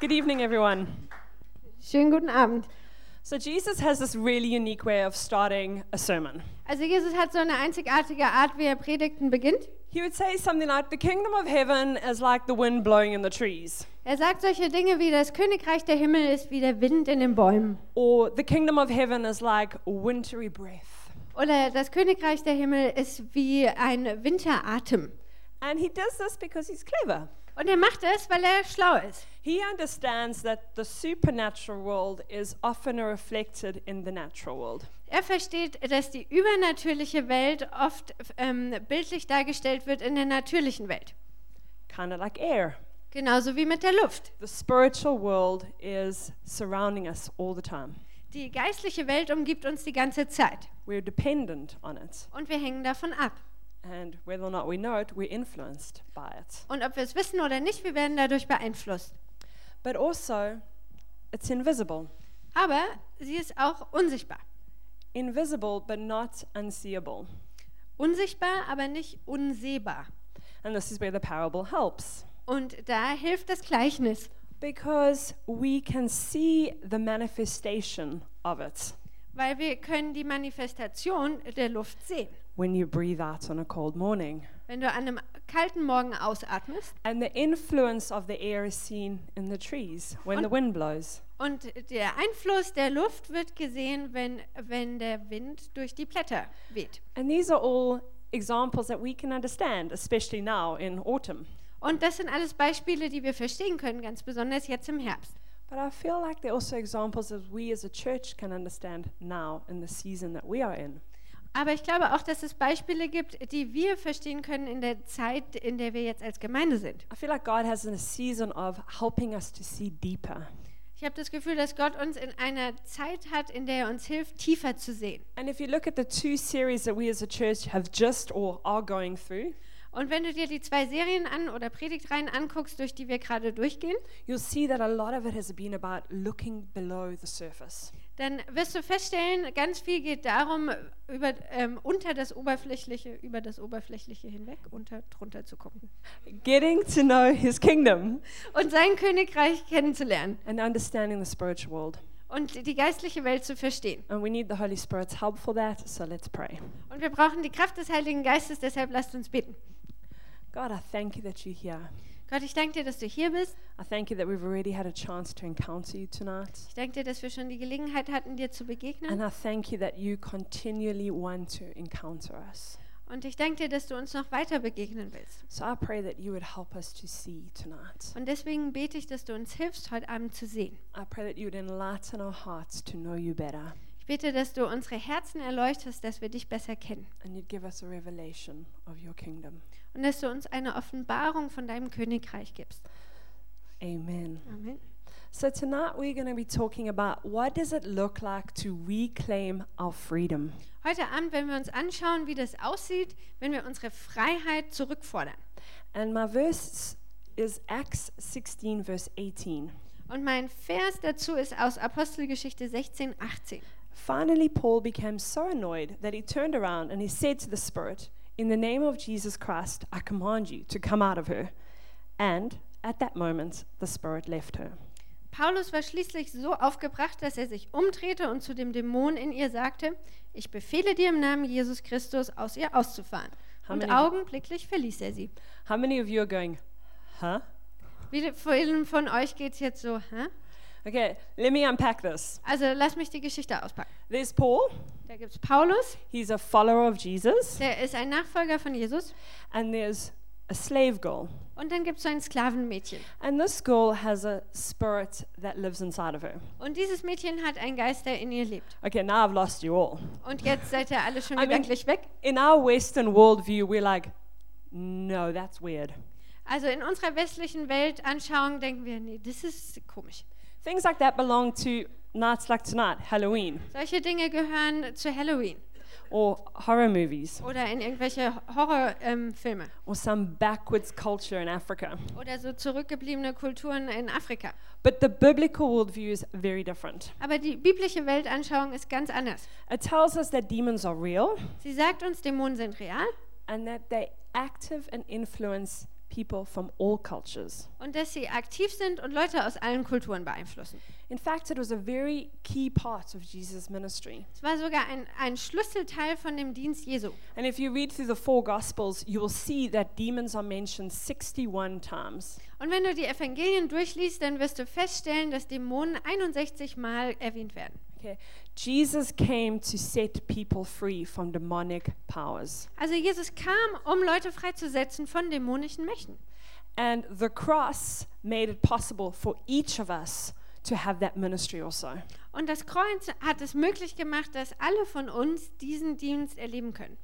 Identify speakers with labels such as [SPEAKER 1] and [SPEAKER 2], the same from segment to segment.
[SPEAKER 1] Good evening, everyone.
[SPEAKER 2] Schönen guten Abend.
[SPEAKER 1] So, Jesus has this really unique way of starting a sermon.
[SPEAKER 2] Also Jesus hat so eine einzigartige Art, wie er Predigten beginnt.
[SPEAKER 1] He would say something like, The kingdom of heaven is like the wind blowing in the trees,
[SPEAKER 2] Er sagt solche Dinge wie das Königreich der Himmel ist wie der Wind in den Bäumen
[SPEAKER 1] or the kingdom of heaven is like wintry breath.
[SPEAKER 2] oder das Königreich der Himmel ist wie ein Winteratem.
[SPEAKER 1] And he does this because he's clever.
[SPEAKER 2] Und er macht es, weil er schlau ist.
[SPEAKER 1] He understands that the supernatural world is often reflected in the natural world.
[SPEAKER 2] Er versteht, dass die übernatürliche Welt oft ähm, bildlich dargestellt wird in der natürlichen Welt.
[SPEAKER 1] Kind of like air.
[SPEAKER 2] Genauso wie mit der Luft.
[SPEAKER 1] The spiritual world is surrounding us all the time.
[SPEAKER 2] Die geistliche Welt umgibt uns die ganze Zeit
[SPEAKER 1] We're dependent on it.
[SPEAKER 2] und wir hängen davon ab.
[SPEAKER 1] And whether or not we know it, we're influenced by it.
[SPEAKER 2] Und ob wir es wissen oder nicht, wir werden dadurch beeinflusst.
[SPEAKER 1] But also, it's invisible.
[SPEAKER 2] Aber sie ist auch unsichtbar.
[SPEAKER 1] Invisible, but not unseeable.
[SPEAKER 2] Unsichtbar, aber nicht unsehbar.
[SPEAKER 1] And this is where the parable helps.
[SPEAKER 2] Und da hilft das Gleichnis,
[SPEAKER 1] Because we can see the manifestation of it
[SPEAKER 2] weil wir können die Manifestation der Luft sehen.
[SPEAKER 1] when you breathe out on a cold morning.
[SPEAKER 2] Wenn du an einem kalten Morgen ausatmest
[SPEAKER 1] And the influence of the air is seen in the trees when the wind blows.
[SPEAKER 2] und der Einfluss der Luft wird gesehen, wenn, wenn der Wind durch die Blätter weht.
[SPEAKER 1] And these are all examples that we can understand, especially now in autumn.
[SPEAKER 2] Und das sind alles Beispiele, die wir verstehen können, ganz besonders jetzt im Herbst.
[SPEAKER 1] But I feel like they're also examples that we as a church can understand now in the season that we are in.
[SPEAKER 2] Aber ich glaube auch, dass es Beispiele gibt, die wir verstehen können in der Zeit, in der wir jetzt als Gemeinde sind.
[SPEAKER 1] I feel like God has a season of helping us to see deeper.
[SPEAKER 2] Ich habe das Gefühl, dass Gott uns in einer Zeit hat, in der er uns hilft, tiefer zu sehen.
[SPEAKER 1] And if you look at the two series that we as a church have just or are going through,
[SPEAKER 2] Und wenn du dir die zwei Serien an oder Predigtreihen anguckst, durch die wir gerade durchgehen,
[SPEAKER 1] you'll see that a lot of it has been about looking below the surface.
[SPEAKER 2] dann wirst du feststellen, ganz viel geht darum, über, ähm, unter das Oberflächliche, über das Oberflächliche hinweg, unter, drunter zu gucken
[SPEAKER 1] Getting to know his kingdom
[SPEAKER 2] und sein Königreich kennenzulernen
[SPEAKER 1] and understanding the spiritual world.
[SPEAKER 2] und die geistliche Welt zu verstehen.
[SPEAKER 1] And we need the Holy Spirit's help for that, so let's pray.
[SPEAKER 2] Und wir brauchen die Kraft des Heiligen Geistes, deshalb lasst uns beten.
[SPEAKER 1] God, I thank you that you're here.
[SPEAKER 2] Gott, ich danke dir, dass du hier bist.
[SPEAKER 1] I thank you that we've already had a chance to encounter you tonight.
[SPEAKER 2] Ich danke dir, dass wir schon die Gelegenheit hatten, dir zu begegnen.
[SPEAKER 1] And I thank you that you continually want to encounter us.
[SPEAKER 2] Und ich danke dir, dass du uns noch weiter begegnen willst.
[SPEAKER 1] So I pray that you would help us to see tonight.
[SPEAKER 2] Und deswegen bete ich, dass du uns hilfst, heute Abend zu sehen.
[SPEAKER 1] I pray that you would enlighten our hearts to know you better
[SPEAKER 2] Ich bete, dass du unsere Herzen erleuchtest, dass wir dich besser kennen.
[SPEAKER 1] and you'd give us a revelation of your kingdom.
[SPEAKER 2] Und dass du uns eine Offenbarung von deinem Königreich gibst.
[SPEAKER 1] Amen.
[SPEAKER 2] Amen.
[SPEAKER 1] So tonight we're going to be talking about what does it look like to reclaim our freedom?
[SPEAKER 2] Heute Abend, wenn wir uns anschauen, wie das aussieht, wenn wir unsere Freiheit zurückfordern.
[SPEAKER 1] And my verse is Acts 16 verse 18.
[SPEAKER 2] Und mein Vers dazu ist aus Apostelgeschichte 16, 18.
[SPEAKER 1] Finally, Paul became so annoyed that he turned around and he said to the Spirit, In the name of Jesus Christ, I command you to come out of her. And at that moment, the Spirit left her.
[SPEAKER 2] Paulus war schließlich so aufgebracht, dass er sich umdrehte und zu dem Dämon in ihr sagte, ich befehle dir im Namen Jesus Christus, aus ihr auszufahren. Und
[SPEAKER 1] Amen.
[SPEAKER 2] augenblicklich verließ er sie.
[SPEAKER 1] How many of you are going, huh?
[SPEAKER 2] Wie vielen von euch geht es jetzt so? Hä?
[SPEAKER 1] Okay, let me unpack this.
[SPEAKER 2] Also lass mich die Geschichte auspacken.
[SPEAKER 1] There's Paul,
[SPEAKER 2] Da gibt es Paulus,
[SPEAKER 1] he's a follower of Jesus,
[SPEAKER 2] der ist ein Nachfolger von Jesus.
[SPEAKER 1] and there's a slave girl.
[SPEAKER 2] Und dann gibt es so ein Sklavenmädchen.
[SPEAKER 1] And this girl has a spirit that lives inside of her.
[SPEAKER 2] Und dieses Mädchen hat einen Geist, der in ihr lebt.
[SPEAKER 1] Okay, now I've lost you all.
[SPEAKER 2] Und jetzt seid ihr alle schon
[SPEAKER 1] I mean-
[SPEAKER 2] gedanklich weg.
[SPEAKER 1] In our Western worldview, we're like, no, that's weird.
[SPEAKER 2] Also in unserer westlichen Weltanschauung denken wir, nee, das ist komisch.
[SPEAKER 1] Things like that belong to nights like tonight, Halloween,
[SPEAKER 2] Solche Dinge gehören zu Halloween.
[SPEAKER 1] or horror movies,
[SPEAKER 2] Oder in irgendwelche ähm, Horrorfilme.
[SPEAKER 1] or some backwards culture in Africa.
[SPEAKER 2] Oder so zurückgebliebene Kulturen in Afrika.
[SPEAKER 1] But the biblical worldview is very different.
[SPEAKER 2] Aber die biblische Weltanschauung ist ganz anders.
[SPEAKER 1] It tells us that demons are real
[SPEAKER 2] Sie sagt uns, Dämonen sind real
[SPEAKER 1] and that they active and influence people from all cultures.
[SPEAKER 2] und dass sie aktiv sind und Leute aus allen Kulturen beeinflussen.
[SPEAKER 1] In fact, it was a very key part of Jesus' ministry.
[SPEAKER 2] Es war sogar ein, ein Schlüsselteil von dem Dienst Jesu.
[SPEAKER 1] And if you read through the four Gospels, you will see that demons are mentioned 61 times.
[SPEAKER 2] Und wenn du die Evangelien durchliest, dann wirst du feststellen, dass Dämonen 61 Mal erwähnt werden.
[SPEAKER 1] Okay. Jesus came to set people free from demonic powers.
[SPEAKER 2] Also Jesus kam, um Leute freizusetzen von dämonischen Mächten.
[SPEAKER 1] And the cross made it possible for each of us to have that ministry also.
[SPEAKER 2] Und das Kreuz hat es möglich gemacht, dass alle von uns diesen Dienst erleben können.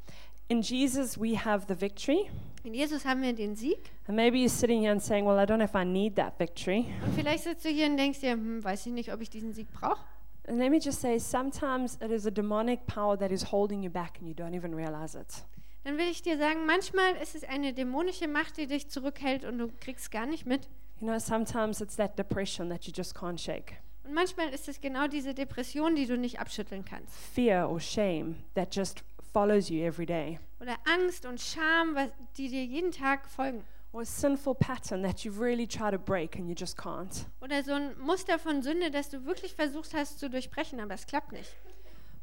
[SPEAKER 1] In Jesus, we have the victory.
[SPEAKER 2] In Jesus haben wir den Sieg.
[SPEAKER 1] And maybe you're sitting here and saying, Well, I don't know if I need that victory.
[SPEAKER 2] Und vielleicht sitzt du hier und denkst dir, hm, weiß ich nicht, ob ich diesen Sieg brauche.
[SPEAKER 1] And let me just say, sometimes it is a demonic power that is holding you back and you don't even realize it.
[SPEAKER 2] Dann will ich dir sagen, manchmal ist es eine dämonische Macht, die dich zurückhält und du kriegst gar nicht mit.
[SPEAKER 1] You know, sometimes it's that depression that you just can't shake,
[SPEAKER 2] Und manchmal ist es genau diese Depression, die du nicht abschütteln kannst.
[SPEAKER 1] fear or shame that just follows you every day,
[SPEAKER 2] Oder Angst und Scham, was, die dir jeden Tag folgen.
[SPEAKER 1] or a sinful pattern that you've really tried to break and you just can't.
[SPEAKER 2] Oder so ein Muster von Sünde, das du wirklich versucht hast zu durchbrechen, aber es klappt nicht.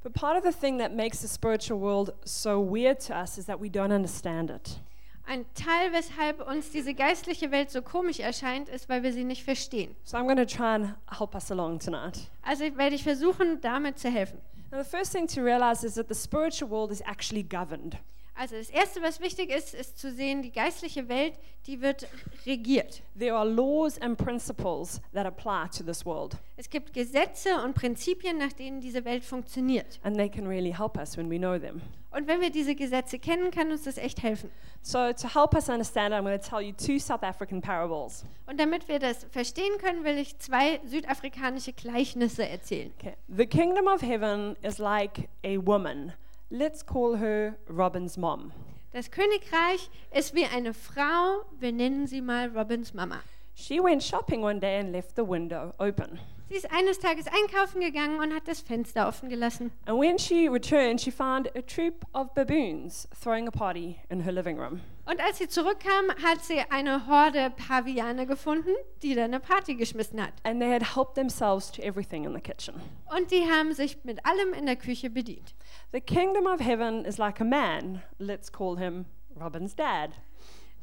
[SPEAKER 1] But part of the thing that makes the spiritual world so weird to us is that we don't understand it.
[SPEAKER 2] Ein Teil, weshalb uns diese geistliche Welt so komisch erscheint, ist, weil wir sie nicht verstehen.
[SPEAKER 1] So I'm going to try and help us along tonight.
[SPEAKER 2] Also werde ich versuchen, damit zu helfen.
[SPEAKER 1] Now, the first thing to realize is that the spiritual world is actually governed.
[SPEAKER 2] Also das Erste, was wichtig ist, ist zu sehen, die geistliche Welt, die wird regiert.
[SPEAKER 1] There are laws and principles that apply to this world,
[SPEAKER 2] Es gibt Gesetze und Prinzipien, nach denen diese Welt funktioniert.
[SPEAKER 1] and they can really help us when we know them.
[SPEAKER 2] Und wenn wir diese Gesetze kennen, kann uns das echt helfen.
[SPEAKER 1] So, to help us understand it, I'm going to tell you two South African parables.
[SPEAKER 2] Und damit wir das verstehen können, will ich zwei südafrikanische Gleichnisse erzählen.
[SPEAKER 1] Okay. The kingdom of heaven is like a woman. Let's call her Robin's mom.
[SPEAKER 2] Das Königreich ist wie eine Frau, wir nennen sie mal Robins Mama.
[SPEAKER 1] She went shopping one day and left the window open.
[SPEAKER 2] Sie ist eines Tages einkaufen gegangen und hat das Fenster offen gelassen.
[SPEAKER 1] And when she returned, she found a troop of baboons throwing a party in her living room.
[SPEAKER 2] Und als sie zurückkam, hat sie eine Horde Paviane gefunden, die da eine Party geschmissen hat.
[SPEAKER 1] And they had helped themselves to everything in the kitchen.
[SPEAKER 2] Und die haben sich mit allem in der Küche bedient.
[SPEAKER 1] The kingdom of heaven is like a man. Let's call him Robin's dad.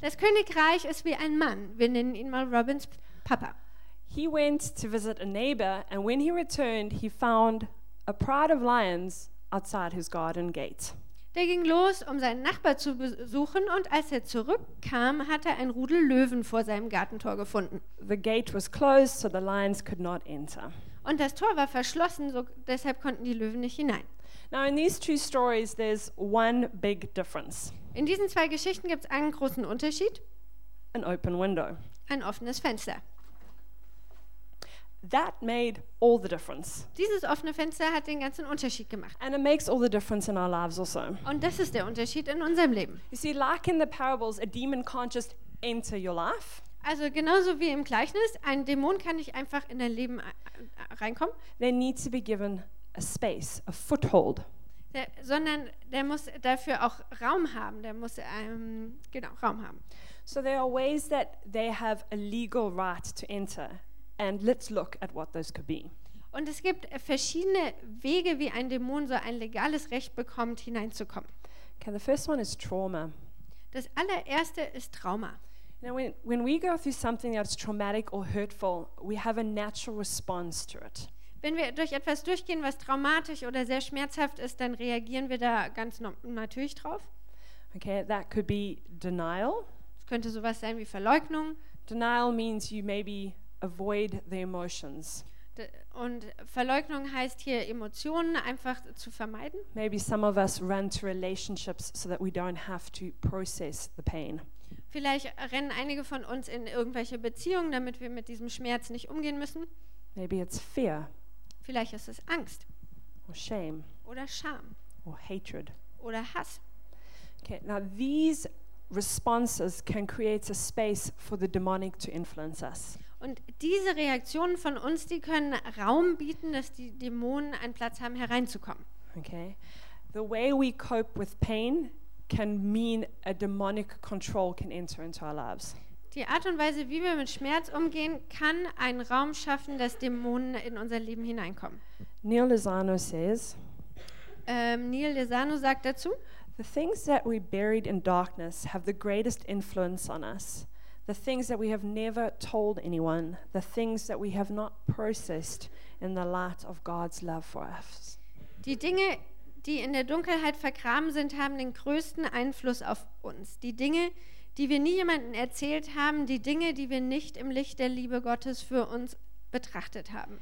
[SPEAKER 2] Das Königreich ist wie ein Mann, wir nennen ihn mal Robins Papa.
[SPEAKER 1] He went to visit a neighbor, and when he returned, he found a pride of lions outside his garden gate.
[SPEAKER 2] Der ging los, um seinen Nachbar zu besuchen und als er zurückkam, hat er ein Rudel Löwen vor seinem Gartentor gefunden.
[SPEAKER 1] The gate was closed, so the lions could not enter.
[SPEAKER 2] Und das Tor war verschlossen, so deshalb konnten die Löwen nicht hinein.
[SPEAKER 1] Now, in these two stories, there's one big difference
[SPEAKER 2] In diesen zwei Geschichten gibt es einen großen Unterschied,
[SPEAKER 1] an open window.
[SPEAKER 2] ein offenes Fenster.
[SPEAKER 1] That made all the difference.
[SPEAKER 2] Dieses offene Fenster hat den ganzen Unterschied gemacht.
[SPEAKER 1] And it makes all the difference in our lives also.
[SPEAKER 2] Und das ist der Unterschied in unserem Leben.
[SPEAKER 1] You see, like in the parables, a demon can't just enter your life.
[SPEAKER 2] Also genauso wie im Gleichnis, ein Dämon kann nicht einfach in dein Leben äh, äh, reinkommen,
[SPEAKER 1] They need to be given a space, a foothold.
[SPEAKER 2] der, sondern der muss dafür auch Raum haben. Der muss ähm, genau Raum haben.
[SPEAKER 1] So there are ways that they have a legal right to enter. And let's look at what those could be.
[SPEAKER 2] Und es gibt äh, verschiedene Wege, wie ein Dämon so ein legales Recht bekommt, hineinzukommen.
[SPEAKER 1] Okay, the first one is trauma.
[SPEAKER 2] Das allererste ist Trauma.
[SPEAKER 1] You know, when, when we go through something that's traumatic or hurtful, we have a natural response to it.
[SPEAKER 2] Wenn wir durch etwas durchgehen, was traumatisch oder sehr schmerzhaft ist, dann reagieren wir da ganz no natürlich drauf.
[SPEAKER 1] Okay, that could be denial.
[SPEAKER 2] Es könnte sowas sein wie Verleugnung.
[SPEAKER 1] Denial means you maybe avoid the emotions.
[SPEAKER 2] D- Und Verleugnung heißt hier Emotionen einfach zu vermeiden.
[SPEAKER 1] Maybe some of us run to relationships so that we don't have to process the pain.
[SPEAKER 2] Vielleicht rennen einige von uns in irgendwelche Beziehungen, damit wir mit diesem Schmerz nicht umgehen müssen.
[SPEAKER 1] Maybe it's fear
[SPEAKER 2] Vielleicht ist es Angst
[SPEAKER 1] or shame
[SPEAKER 2] oder Scham
[SPEAKER 1] or hatred.
[SPEAKER 2] oder Hass.
[SPEAKER 1] Okay, now these responses can create a space for the demonic to influence us.
[SPEAKER 2] Und diese Reaktionen von uns, die können Raum bieten, dass die Dämonen einen Platz haben, hereinzukommen.
[SPEAKER 1] Okay? The way we cope with pain can mean a demonic control can enter into our lives.
[SPEAKER 2] Die Art und Weise, wie wir mit Schmerz umgehen, kann einen Raum schaffen, dass Dämonen in unser Leben hineinkommen.
[SPEAKER 1] Neil Lozano says
[SPEAKER 2] Ähm, Neil Desano sagt dazu,
[SPEAKER 1] The things that we buried in darkness have the greatest influence on us. The things that we have never told anyone, the things that we have not processed in the light of God's love for us.
[SPEAKER 2] die Dinge, die in der Dunkelheit vergraben sind, haben den größten Einfluss auf uns. Die Dinge, die wir nie jemandem erzählt haben, die Dinge, die wir nicht im Licht der Liebe Gottes für uns betrachtet haben.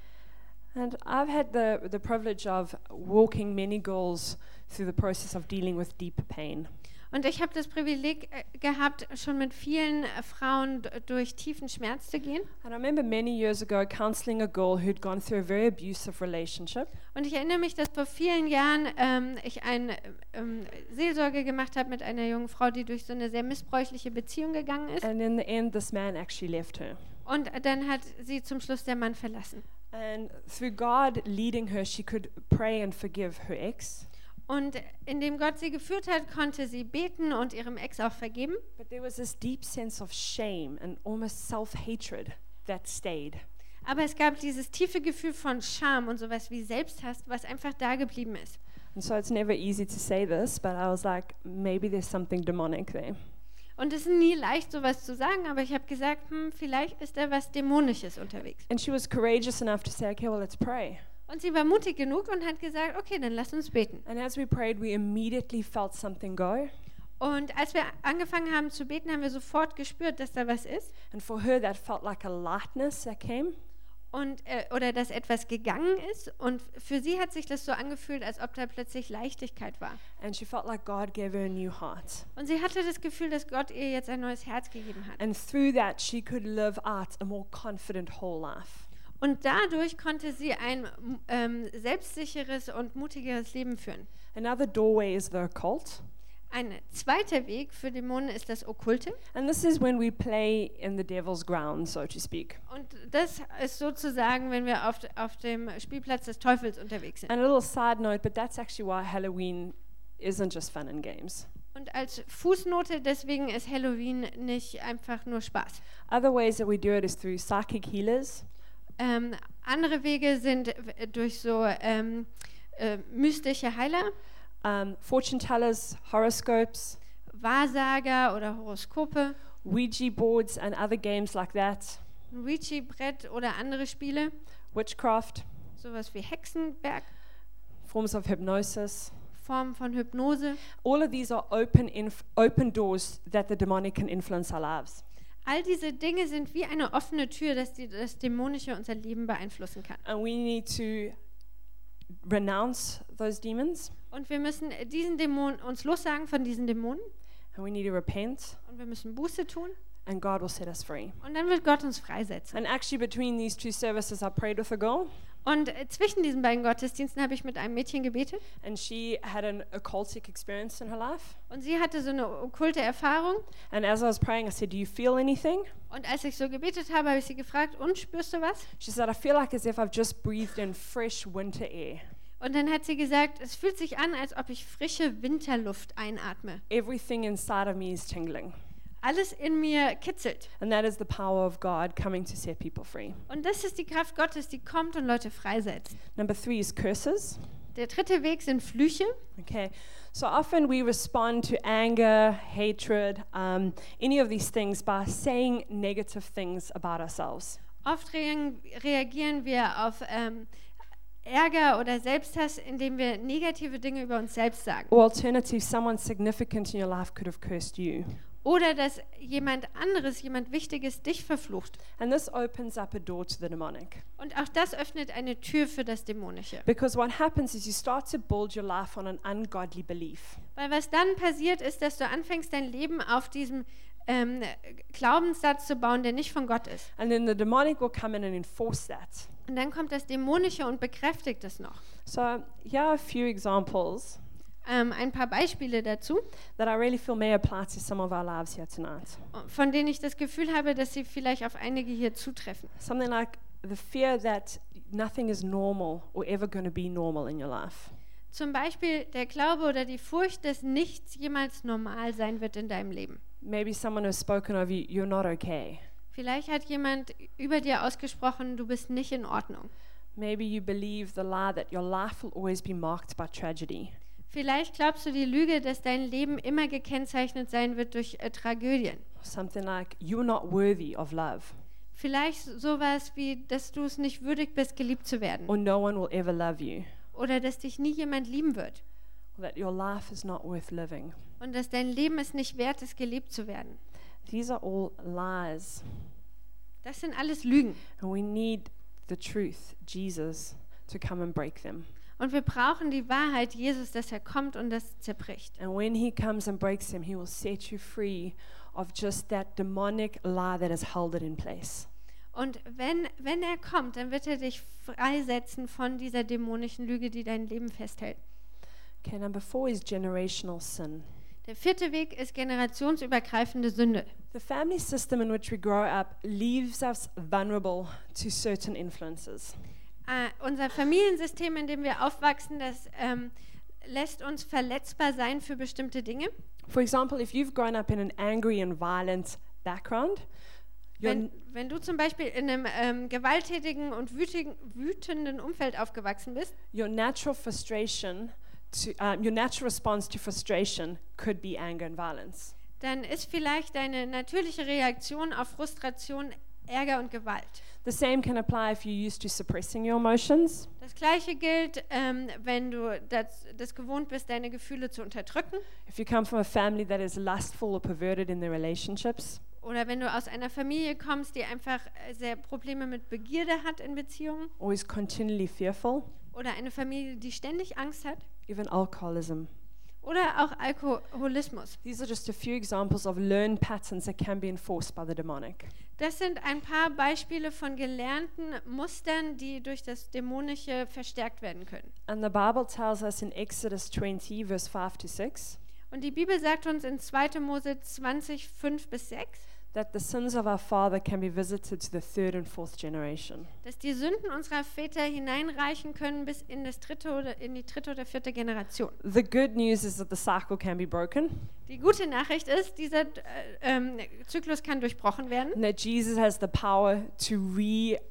[SPEAKER 1] And I've had the, the privilege of walking many girls through the process of dealing with deep pain.
[SPEAKER 2] Und ich habe das Privileg äh, gehabt, schon mit vielen äh, Frauen d- durch tiefen Schmerz zu gehen.
[SPEAKER 1] And I remember many years ago counseling a girl who'd gone through a very abusive relationship.
[SPEAKER 2] Und ich erinnere mich, dass vor vielen Jahren ähm, ich eine ähm, Seelsorge gemacht habe mit einer jungen Frau, die durch so eine sehr missbräuchliche Beziehung gegangen ist.
[SPEAKER 1] And in the end, this man actually left her.
[SPEAKER 2] Und dann hat sie zum Schluss der Mann verlassen.
[SPEAKER 1] And through God leading her, she could pray and forgive her ex.
[SPEAKER 2] Und indem Gott sie geführt hat, konnte sie beten und ihrem Ex auch vergeben.
[SPEAKER 1] But there was this deep sense of shame and almost self hatred that stayed.
[SPEAKER 2] Aber es gab dieses tiefe Gefühl von Scham und sowas wie Selbsthass, was einfach da geblieben ist.
[SPEAKER 1] And so it's never easy to say this, but I was like, maybe there's something demonic there.
[SPEAKER 2] Und es ist nie leicht, sowas zu sagen, aber ich habe gesagt, hm, vielleicht ist da was Dämonisches unterwegs.
[SPEAKER 1] And she was courageous enough to say, okay, well, let's pray.
[SPEAKER 2] Und sie war mutig genug und hat gesagt, okay, dann lass uns beten.
[SPEAKER 1] And as we prayed, we immediately felt something go.
[SPEAKER 2] Und als wir angefangen haben zu beten, haben wir sofort gespürt, dass da was ist
[SPEAKER 1] And for her, that felt like a lightness that came.
[SPEAKER 2] und äh, oder dass etwas gegangen ist. Und für sie hat sich das so angefühlt, als ob da plötzlich Leichtigkeit war.
[SPEAKER 1] And she felt like God gave her a new heart.
[SPEAKER 2] Und sie hatte das Gefühl, dass Gott ihr jetzt ein neues Herz gegeben hat.
[SPEAKER 1] And through that, she could live out a more confident whole life.
[SPEAKER 2] Und dadurch konnte sie ein ähm, selbstsicheres und mutigeres Leben führen.
[SPEAKER 1] Another doorway is the occult.
[SPEAKER 2] Ein zweiter Weg für Dämonen ist das Okkulte.
[SPEAKER 1] And this is when we play in the devil's ground, so to speak.
[SPEAKER 2] Und das ist sozusagen, wenn wir auf, auf dem Spielplatz des Teufels unterwegs sind.
[SPEAKER 1] And a little side note, but that's actually why Halloween isn't just fun and games.
[SPEAKER 2] Und als Fußnote, deswegen ist Halloween nicht einfach nur Spaß.
[SPEAKER 1] Other ways that we do it is through psychic healers.
[SPEAKER 2] Ähm, andere Wege sind äh, durch so ähm, äh, mystische Heiler,
[SPEAKER 1] Um, fortune tellers, horoscopes,
[SPEAKER 2] Wahrsager oder Horoskope,
[SPEAKER 1] Ouija boards, and other games like that,
[SPEAKER 2] ein Ouija-Brett oder andere Spiele.
[SPEAKER 1] witchcraft,
[SPEAKER 2] sowas wie Hexenberg,
[SPEAKER 1] forms of hypnosis.
[SPEAKER 2] Formen von Hypnose.
[SPEAKER 1] All of these are open, inf- open doors that the demonic can influence our lives.
[SPEAKER 2] All diese Dinge sind wie eine offene Tür, dass die, das Dämonische unser Leben beeinflussen kann.
[SPEAKER 1] And we need to renounce those demons,
[SPEAKER 2] Und wir müssen diesen Dämon uns lossagen von diesen Dämonen
[SPEAKER 1] and we need to repent,
[SPEAKER 2] und wir müssen Buße tun
[SPEAKER 1] and God will set us free.
[SPEAKER 2] und dann wird Gott uns freisetzen.
[SPEAKER 1] And actually, between these two services, I prayed with a girl,
[SPEAKER 2] Und äh, zwischen diesen beiden Gottesdiensten habe ich mit einem Mädchen gebetet
[SPEAKER 1] and she had an occultic experience in her life.
[SPEAKER 2] und sie hatte so eine okkulte Erfahrung.
[SPEAKER 1] And as I was praying, I said, Do you feel anything?
[SPEAKER 2] Und als ich so gebetet habe, habe ich sie gefragt, und spürst du was?
[SPEAKER 1] She said, I feel like as if I've just breathed in fresh winter air.
[SPEAKER 2] Und dann hat sie gesagt, es fühlt sich an, als ob ich frische Winterluft einatme.
[SPEAKER 1] Everything inside of me is tingling.
[SPEAKER 2] Alles in mir kitzelt.
[SPEAKER 1] And that is the power of God coming to set people free.
[SPEAKER 2] Und das ist die Kraft Gottes, die kommt und Leute freisetzt.
[SPEAKER 1] Number three is curses.
[SPEAKER 2] Der dritte Weg sind Flüche.
[SPEAKER 1] Okay, so often we respond to anger, hatred, um, any of these things by saying negative things about ourselves.
[SPEAKER 2] Oft rea- reagieren wir auf ähm, Ärger oder Selbsthass, indem wir negative Dinge über uns selbst sagen.
[SPEAKER 1] Or alternatively, someone significant in your life could have cursed you.
[SPEAKER 2] Oder dass jemand anderes, jemand Wichtiges dich verflucht.
[SPEAKER 1] And this opens up a door to the demonic.
[SPEAKER 2] Und auch das öffnet eine Tür für das Dämonische.
[SPEAKER 1] Because what happens is you start to build your life on an ungodly belief.
[SPEAKER 2] Weil was dann passiert ist, dass du anfängst, dein Leben auf diesem ähm, Glaubenssatz zu bauen, der nicht von Gott ist.
[SPEAKER 1] And then the demonic will come in and enforce that.
[SPEAKER 2] Und dann kommt das Dämonische und bekräftigt es noch.
[SPEAKER 1] So, here are a few examples
[SPEAKER 2] Ähm, ein paar Beispiele dazu.
[SPEAKER 1] that I really feel may apply to some of our lives here tonight.
[SPEAKER 2] von denen ich das Gefühl habe, dass sie vielleicht auf einige hier zutreffen.
[SPEAKER 1] Something like the fear that nothing is normal or ever going to be normal in your life.
[SPEAKER 2] Zum Beispiel der Glaube oder die Furcht, dass nichts jemals normal sein wird in deinem Leben.
[SPEAKER 1] Maybe someone has spoken over you, you're not okay.
[SPEAKER 2] Vielleicht hat jemand über dir ausgesprochen, du bist nicht in Ordnung.
[SPEAKER 1] Maybe you believe the lie that your life will always be marked by tragedy.
[SPEAKER 2] Vielleicht glaubst du die Lüge, dass dein Leben immer gekennzeichnet sein wird durch äh, Tragödien.
[SPEAKER 1] Something like, you're not worthy of love,
[SPEAKER 2] Vielleicht sowas wie, dass du es nicht würdig bist, geliebt zu werden.
[SPEAKER 1] or no one will ever love you,
[SPEAKER 2] Oder dass dich nie jemand lieben wird.
[SPEAKER 1] or that your life is not worth living.
[SPEAKER 2] Und dass dein Leben es nicht wert ist, geliebt zu werden.
[SPEAKER 1] These are all lies.
[SPEAKER 2] Das sind alles Lügen.
[SPEAKER 1] And we need the truth, Jesus, to come and break them.
[SPEAKER 2] Und wir brauchen die Wahrheit, Jesus, dass er kommt und das zerbricht.
[SPEAKER 1] And when he comes and breaks them, he will set you free of just that demonic lie that has held it in place.
[SPEAKER 2] Und wenn, wenn er kommt, dann wird er dich freisetzen von dieser dämonischen Lüge, die dein Leben festhält.
[SPEAKER 1] Okay, number four is generational sin.
[SPEAKER 2] Der vierte Weg ist generationsübergreifende Sünde.
[SPEAKER 1] The family system in which we grow up leaves us vulnerable to certain influences.
[SPEAKER 2] Äh, unser Familiensystem, in dem wir aufwachsen, das ähm, lässt uns verletzbar sein für bestimmte Dinge.
[SPEAKER 1] For example, if you've grown up in an angry and violent background, you're,
[SPEAKER 2] Wenn, wenn du zum Beispiel in einem ähm, gewalttätigen und wütigen, wütenden Umfeld aufgewachsen bist,
[SPEAKER 1] your natural frustration, to, um, your natural response to frustration could be anger and violence.
[SPEAKER 2] dann ist vielleicht deine natürliche Reaktion auf Frustration Ärger und Gewalt.
[SPEAKER 1] The same can apply if you're used to suppressing your emotions.
[SPEAKER 2] Das gleiche gilt, ähm, wenn du das, das gewohnt bist, deine Gefühle zu unterdrücken
[SPEAKER 1] If you come from a family that is lustful or perverted in their relationships,
[SPEAKER 2] oder wenn du aus einer Familie kommst, die einfach äh, sehr Probleme mit Begierde hat in Beziehungen
[SPEAKER 1] or is continually fearful,
[SPEAKER 2] oder eine Familie, die ständig Angst hat
[SPEAKER 1] even alcoholism.
[SPEAKER 2] oder auch Alkoholismus.
[SPEAKER 1] These are just a few examples of learned patterns that can be enforced by the demonic.
[SPEAKER 2] Das sind ein paar Beispiele von gelernten Mustern, die durch das Dämonische verstärkt werden können.
[SPEAKER 1] And the Bible tells us in Exodus 20, verse 5 to 6,
[SPEAKER 2] Und die Bibel sagt uns in 2. Mose 20, 5 bis 6,
[SPEAKER 1] that the sins of our father can be visited to the third and fourth generation.
[SPEAKER 2] dass die Sünden unserer Väter hineinreichen können bis in, das dritte oder in die dritte oder vierte Generation.
[SPEAKER 1] The good news is that the cycle can be broken
[SPEAKER 2] Die gute Nachricht ist, dieser äh, ähm, Zyklus kann durchbrochen werden
[SPEAKER 1] and that Jesus has the power to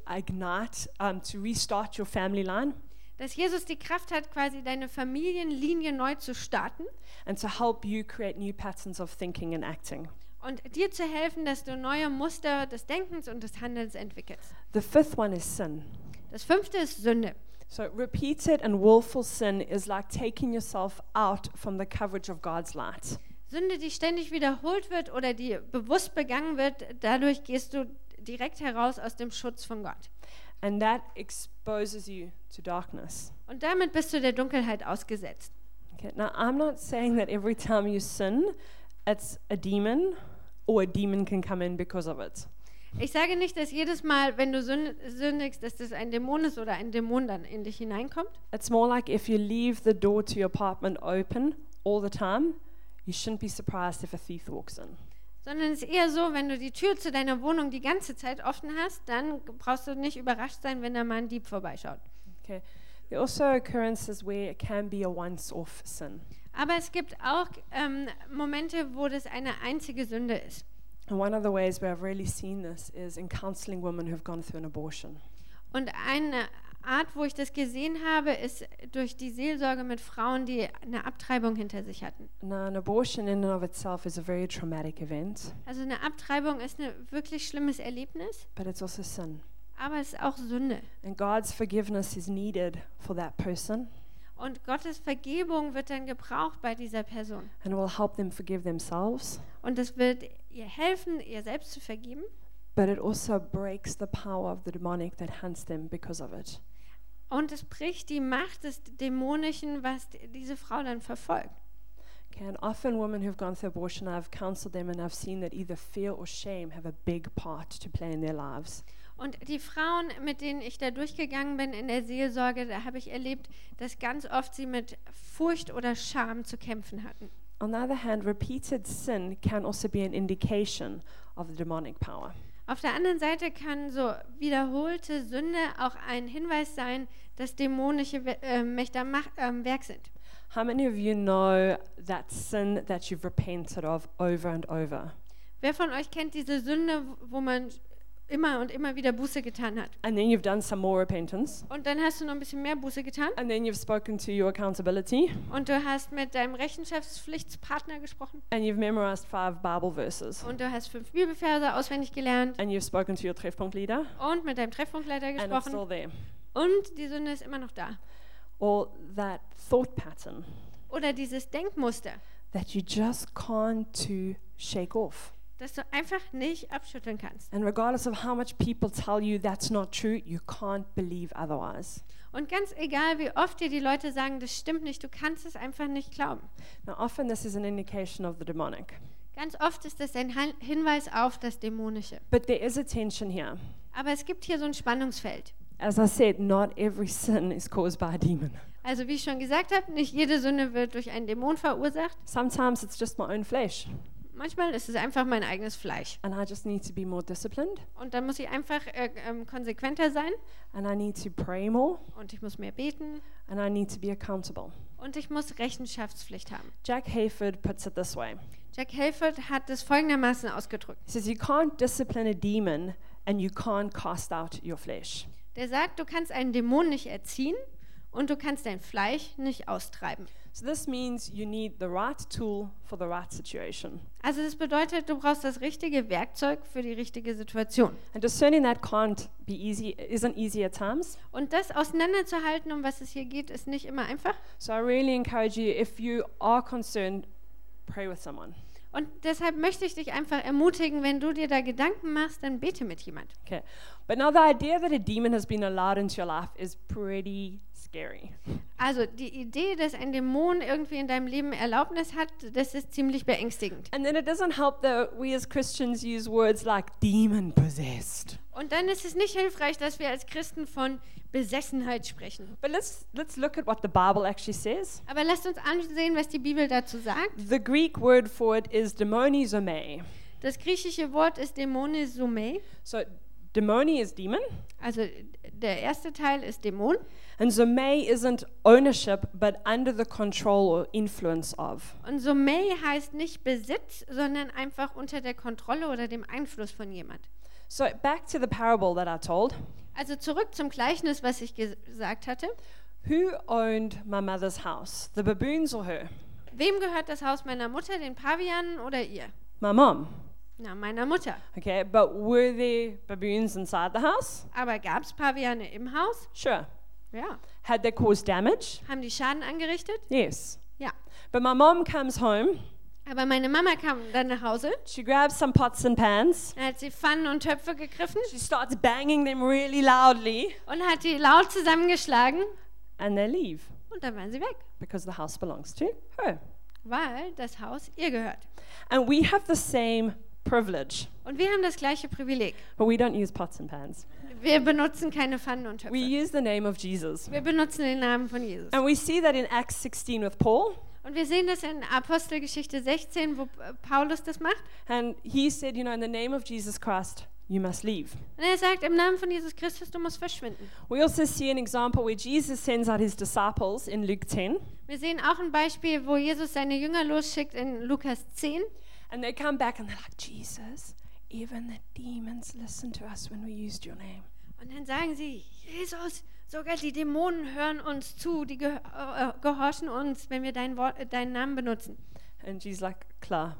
[SPEAKER 1] reignite, um, to restart your family line
[SPEAKER 2] dass Jesus die Kraft hat, quasi deine Familienlinie neu zu starten
[SPEAKER 1] and to help you create new patterns of thinking and acting.
[SPEAKER 2] und dir zu helfen, dass du neue Muster des Denkens und des Handelns entwickelst.
[SPEAKER 1] The fifth one is sin.
[SPEAKER 2] Das fünfte ist Sünde.
[SPEAKER 1] So, repeated and willful sin is like taking yourself out from the coverage of God's light.
[SPEAKER 2] Sünde, die ständig wiederholt wird oder die bewusst begangen wird, dadurch gehst du direkt heraus aus dem Schutz von Gott.
[SPEAKER 1] And that exposes you to darkness.
[SPEAKER 2] Und damit bist du der Dunkelheit ausgesetzt.
[SPEAKER 1] Okay, now I'm not saying that every time you sin, it's a demon or a demon can come in because of it.
[SPEAKER 2] Ich sage nicht, dass jedes Mal, wenn du sünn- sündigst, dass das ein Dämon ist oder ein Dämon dann in dich hineinkommt.
[SPEAKER 1] It's more like if you leave the door to your apartment open all the time, you shouldn't be surprised if a thief walks in.
[SPEAKER 2] Sondern es ist eher so, wenn du die Tür zu deiner Wohnung die ganze Zeit offen hast, dann brauchst du nicht überrascht sein, wenn da mal ein Dieb vorbeischaut.
[SPEAKER 1] Okay. There are also occurrences where it can be a once off sin.
[SPEAKER 2] Aber es gibt auch ähm, Momente, wo das eine einzige Sünde ist.
[SPEAKER 1] And one of the ways where I've really seen this is in counseling women who've gone through an abortion.
[SPEAKER 2] Und eine Art, wo ich das gesehen habe, ist durch die Seelsorge mit Frauen, die eine Abtreibung hinter sich hatten.
[SPEAKER 1] Now, an abortion in and of itself is a very traumatic event,
[SPEAKER 2] Also eine Abtreibung ist ein wirklich schlimmes Erlebnis,
[SPEAKER 1] but it's also sin.
[SPEAKER 2] aber es ist auch Sünde.
[SPEAKER 1] And God's forgiveness is needed for that person
[SPEAKER 2] Und Gottes Vergebung wird dann gebraucht bei dieser Person.
[SPEAKER 1] and will help them forgive themselves,
[SPEAKER 2] Und es wird ihr helfen, ihr selbst zu vergeben.
[SPEAKER 1] but it also breaks the power of the demonic that hunts them because of it.
[SPEAKER 2] Und es bricht die Macht des Dämonischen, was d- diese Frau dann verfolgt.
[SPEAKER 1] Okay, and often women who've gone through abortion, I've counseled them and I've seen that either fear or shame have a big part to play in their lives.
[SPEAKER 2] Und die Frauen, mit denen ich da durchgegangen bin in der Seelsorge, da habe ich erlebt, dass ganz oft sie mit Furcht oder Scham zu kämpfen hatten.
[SPEAKER 1] On the other hand, repeated sin can also be an indication of the demonic power.
[SPEAKER 2] Auf der anderen Seite kann so wiederholte Sünde auch ein Hinweis sein, dass dämonische We- äh, Mächte am Mach am Werk sind.
[SPEAKER 1] How many of you know that sin that you've repented of over and over?
[SPEAKER 2] Wer von euch kennt diese Sünde, wo man immer und immer wieder Buße getan hat?
[SPEAKER 1] and then you've done some more repentance,
[SPEAKER 2] Und dann hast du noch ein bisschen mehr Buße getan
[SPEAKER 1] and then you've spoken to your accountability,
[SPEAKER 2] und du hast mit deinem Rechenschaftspflichtpartner gesprochen
[SPEAKER 1] and you've memorized five Bible verses,
[SPEAKER 2] und du hast fünf Bibelverse auswendig gelernt
[SPEAKER 1] and you've spoken to your Treffpunkt leader,
[SPEAKER 2] und mit deinem Treffpunktleiter
[SPEAKER 1] and it's still
[SPEAKER 2] gesprochen
[SPEAKER 1] there.
[SPEAKER 2] und die Sünde ist immer noch da.
[SPEAKER 1] Or that thought pattern
[SPEAKER 2] Oder dieses Denkmuster,
[SPEAKER 1] that you just can't to shake off.
[SPEAKER 2] das du einfach nicht abschütteln kannst.
[SPEAKER 1] And regardless of how much people tell you that's not true, you can't believe otherwise.
[SPEAKER 2] Und ganz egal, wie oft dir die Leute sagen, das stimmt nicht, du kannst es einfach nicht glauben.
[SPEAKER 1] Now, often this is an indication of the demonic,
[SPEAKER 2] Ganz oft ist das ein Han- Hinweis auf das Dämonische.
[SPEAKER 1] but there is a tension here.
[SPEAKER 2] Aber es gibt hier so ein Spannungsfeld.
[SPEAKER 1] As I said, not every sin is caused by a demon.
[SPEAKER 2] Also wie ich schon gesagt habe, nicht jede Sünde wird durch einen Dämon verursacht.
[SPEAKER 1] Sometimes it's just my own flesh,
[SPEAKER 2] Manchmal ist es einfach mein eigenes Fleisch.
[SPEAKER 1] and I just need to be more disciplined,
[SPEAKER 2] Und dann muss ich einfach äh, ähm, konsequenter sein
[SPEAKER 1] and I need to pray more,
[SPEAKER 2] und ich muss mehr beten
[SPEAKER 1] and I need to be accountable.
[SPEAKER 2] und ich muss Rechenschaftspflicht haben.
[SPEAKER 1] Jack Hayford puts it this way
[SPEAKER 2] Jack Helford hat es folgendermaßen ausgedrückt.
[SPEAKER 1] He says, You can't discipline a demon, and you can't cast out your flesh.
[SPEAKER 2] Der sagt, du kannst einen Dämon nicht erziehen und du kannst dein Fleisch nicht austreiben.
[SPEAKER 1] So this means you need the right tool for the right situation.
[SPEAKER 2] Also das bedeutet, du brauchst das richtige Werkzeug für die richtige Situation.
[SPEAKER 1] And discerning that can't be easy, isn't easy at times.
[SPEAKER 2] Und das auseinanderzuhalten, um was es hier geht, ist nicht immer einfach.
[SPEAKER 1] So I really encourage you, if you are concerned, pray with someone.
[SPEAKER 2] Und deshalb möchte ich dich einfach ermutigen, wenn du dir da Gedanken machst, dann bete mit jemand.
[SPEAKER 1] Okay. But now the idea that a demon has been allowed into your life is pretty scary.
[SPEAKER 2] Also die Idee, dass ein Dämon irgendwie in deinem Leben Erlaubnis hat, das ist ziemlich beängstigend.
[SPEAKER 1] And then it doesn't help that we as Christians use words like demon possessed.
[SPEAKER 2] Und dann ist es nicht hilfreich, dass wir als Christen von Besessenheit sprechen.
[SPEAKER 1] But let's let's look at what the Bible actually says.
[SPEAKER 2] Aber lasst uns ansehen, was die Bibel dazu sagt.
[SPEAKER 1] The Greek word for it is demonizomai.
[SPEAKER 2] Das griechische Wort ist Dämonisome.
[SPEAKER 1] So demoni is demon.
[SPEAKER 2] Also der erste Teil ist Dämon.
[SPEAKER 1] And Zomei isn't ownership, but under the control or influence of.
[SPEAKER 2] Und Somei heißt nicht Besitz, sondern einfach unter der Kontrolle oder dem Einfluss von jemand.
[SPEAKER 1] So back to the parable that I told.
[SPEAKER 2] Also zurück zum Gleichnis, was ich ges- gesagt hatte.
[SPEAKER 1] Who owned my mother's house? The baboons or her?
[SPEAKER 2] Wem gehört das Haus meiner Mutter, den Pavianen oder ihr?
[SPEAKER 1] My mom.
[SPEAKER 2] Na, meiner Mutter.
[SPEAKER 1] Okay, but were there baboons inside the house?
[SPEAKER 2] Aber gab es Paviane im Haus?
[SPEAKER 1] Sure.
[SPEAKER 2] Ja.
[SPEAKER 1] Had they caused damage?
[SPEAKER 2] Haben die Schaden angerichtet?
[SPEAKER 1] Yes.
[SPEAKER 2] Ja.
[SPEAKER 1] But my mom comes home,
[SPEAKER 2] Aber meine Mama kam dann nach Hause,
[SPEAKER 1] she grabs some pots and pans,
[SPEAKER 2] dann hat sie Pfannen und Töpfe gegriffen
[SPEAKER 1] she starts banging them really loudly,
[SPEAKER 2] und hat die laut zusammengeschlagen
[SPEAKER 1] and they leave
[SPEAKER 2] und dann waren sie weg,
[SPEAKER 1] because the house belongs to her.
[SPEAKER 2] weil das Haus ihr gehört.
[SPEAKER 1] And we have the same privilege.
[SPEAKER 2] Und wir haben das gleiche Privileg.
[SPEAKER 1] But we don't use pots and pans.
[SPEAKER 2] Wir benutzen keine Pfannen und
[SPEAKER 1] We
[SPEAKER 2] Töpfe.
[SPEAKER 1] use the name of Jesus.
[SPEAKER 2] Wir benutzen den Namen von Jesus.
[SPEAKER 1] And we see that in Acts 16 with Paul.
[SPEAKER 2] Und wir sehen das in Apostelgeschichte 16, wo äh, Paulus das macht.
[SPEAKER 1] And he said, You know, in the name of Jesus Christ, you must leave.
[SPEAKER 2] Und er sagt, im Namen von Jesus Christus, du musst verschwinden.
[SPEAKER 1] We also see an example where Jesus sends out his disciples in Luke 10,
[SPEAKER 2] Wir sehen auch ein Beispiel, wo Jesus seine Jünger losschickt in Lukas 10.
[SPEAKER 1] and they come back and they're like, Jesus, even the demons listened to us when we used your name.
[SPEAKER 2] Und dann sagen sie, Jesus, sogar die Dämonen hören uns zu, die gehö- äh, gehorchen uns, wenn wir dein Wort, äh, deinen Namen benutzen.
[SPEAKER 1] And Jesus, like, Klar.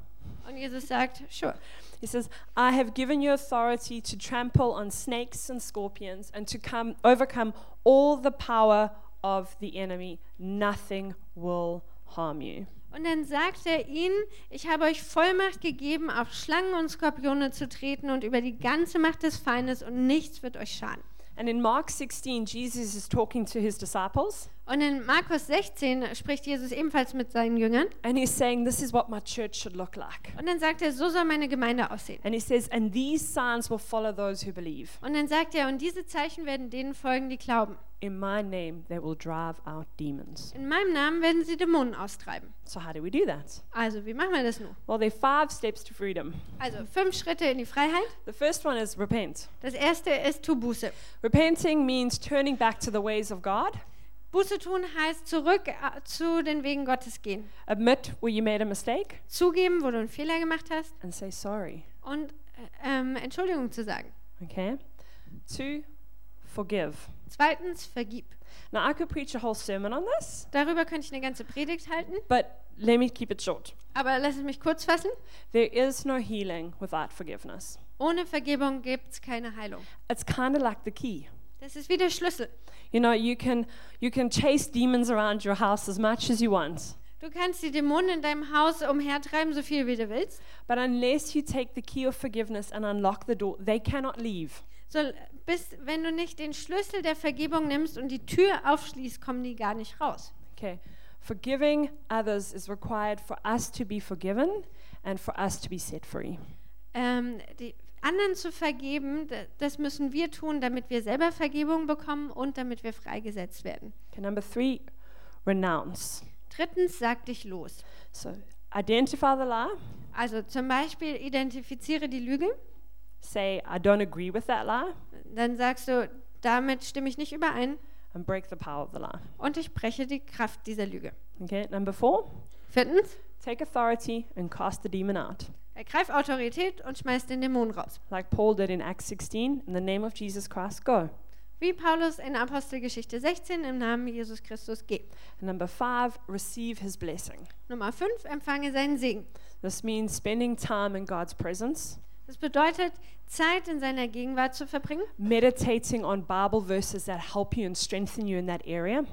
[SPEAKER 2] Und Jesus sagt, sure.
[SPEAKER 1] He says, I have given you authority to trample on snakes and scorpions and to come overcome all the power of the enemy. Nothing will harm you.
[SPEAKER 2] Und dann sagt er ihnen, ich habe euch Vollmacht gegeben, auf Schlangen und Skorpione zu treten und über die ganze Macht des Feindes und nichts wird euch schaden.
[SPEAKER 1] And in Mark 16, Jesus is talking to his disciples
[SPEAKER 2] Und in Markus 16 spricht Jesus ebenfalls mit seinen Jüngern.
[SPEAKER 1] and he's saying, This is what my church should look like.
[SPEAKER 2] Und dann sagt er, so soll meine Gemeinde aussehen.
[SPEAKER 1] And he says, And these signs will follow those who believe.
[SPEAKER 2] Und dann sagt er, und diese Zeichen werden denen folgen, die glauben.
[SPEAKER 1] In my name, they will drive out demons.
[SPEAKER 2] In meinem Namen werden sie Dämonen austreiben.
[SPEAKER 1] So, how do we do that?
[SPEAKER 2] Also, wie machen wir das nun?
[SPEAKER 1] Well, there are five steps to freedom.
[SPEAKER 2] Also, fünf Schritte in die Freiheit.
[SPEAKER 1] The first one is repent.
[SPEAKER 2] Das erste ist, tu Buße.
[SPEAKER 1] Repenting means turning back to the ways of God.
[SPEAKER 2] Buße tun heißt, zurück äh, zu den Wegen Gottes gehen.
[SPEAKER 1] Admit where you made a mistake
[SPEAKER 2] Zugeben, wo du einen Fehler gemacht hast
[SPEAKER 1] and say sorry.
[SPEAKER 2] und äh, ähm, Entschuldigung zu sagen.
[SPEAKER 1] Okay? Two, forgive.
[SPEAKER 2] Zweitens, vergib.
[SPEAKER 1] Now, I could preach a whole sermon on this,
[SPEAKER 2] Darüber könnte ich eine ganze Predigt halten,
[SPEAKER 1] but let me keep it short.
[SPEAKER 2] aber lass es mich kurz fassen.
[SPEAKER 1] There is no healing without forgiveness.
[SPEAKER 2] Ohne Vergebung gibt es keine Heilung.
[SPEAKER 1] It's kind of like the key.
[SPEAKER 2] Das ist wie der Schlüssel.
[SPEAKER 1] You know, you can you can chase demons around your house as much as you want,
[SPEAKER 2] Du kannst die Dämonen in deinem Haus umhertreiben, so viel wie du willst.
[SPEAKER 1] but unless you take the key of forgiveness and unlock the door, they cannot leave.
[SPEAKER 2] So, bis, wenn du nicht den Schlüssel der Vergebung nimmst und die Tür aufschließt, kommen die gar nicht raus.
[SPEAKER 1] Okay. Forgiving others is required for us to be forgiven and for us to be set free.
[SPEAKER 2] Ähm, die anderen zu vergeben, d- das müssen wir tun, damit wir selber Vergebung bekommen und damit wir freigesetzt werden.
[SPEAKER 1] Okay, number 3, renounce.
[SPEAKER 2] Drittens, sag dich los.
[SPEAKER 1] So, identify the lie,
[SPEAKER 2] Also zum Beispiel identifiziere die Lüge,
[SPEAKER 1] say I don't agree with that lie,
[SPEAKER 2] dann sagst du, damit stimme ich nicht überein
[SPEAKER 1] and break the power of the lie.
[SPEAKER 2] und ich breche die Kraft dieser Lüge.
[SPEAKER 1] Okay? Number 4,
[SPEAKER 2] Viertens,
[SPEAKER 1] take authority and cast the demon out.
[SPEAKER 2] ergreif Autorität und schmeiß den Dämon raus.
[SPEAKER 1] Like Paul did in Acts 16, in the name of Jesus Christ, go.
[SPEAKER 2] Wie Paulus in Apostelgeschichte 16 im Namen Jesus Christus geht.
[SPEAKER 1] And number five, receive his blessing.
[SPEAKER 2] Nummer 5, empfange seinen Segen.
[SPEAKER 1] This means spending time in God's presence,
[SPEAKER 2] Das bedeutet, Zeit in seiner Gegenwart zu verbringen,
[SPEAKER 1] meditating on Bible verses that help you and strengthen you in that area,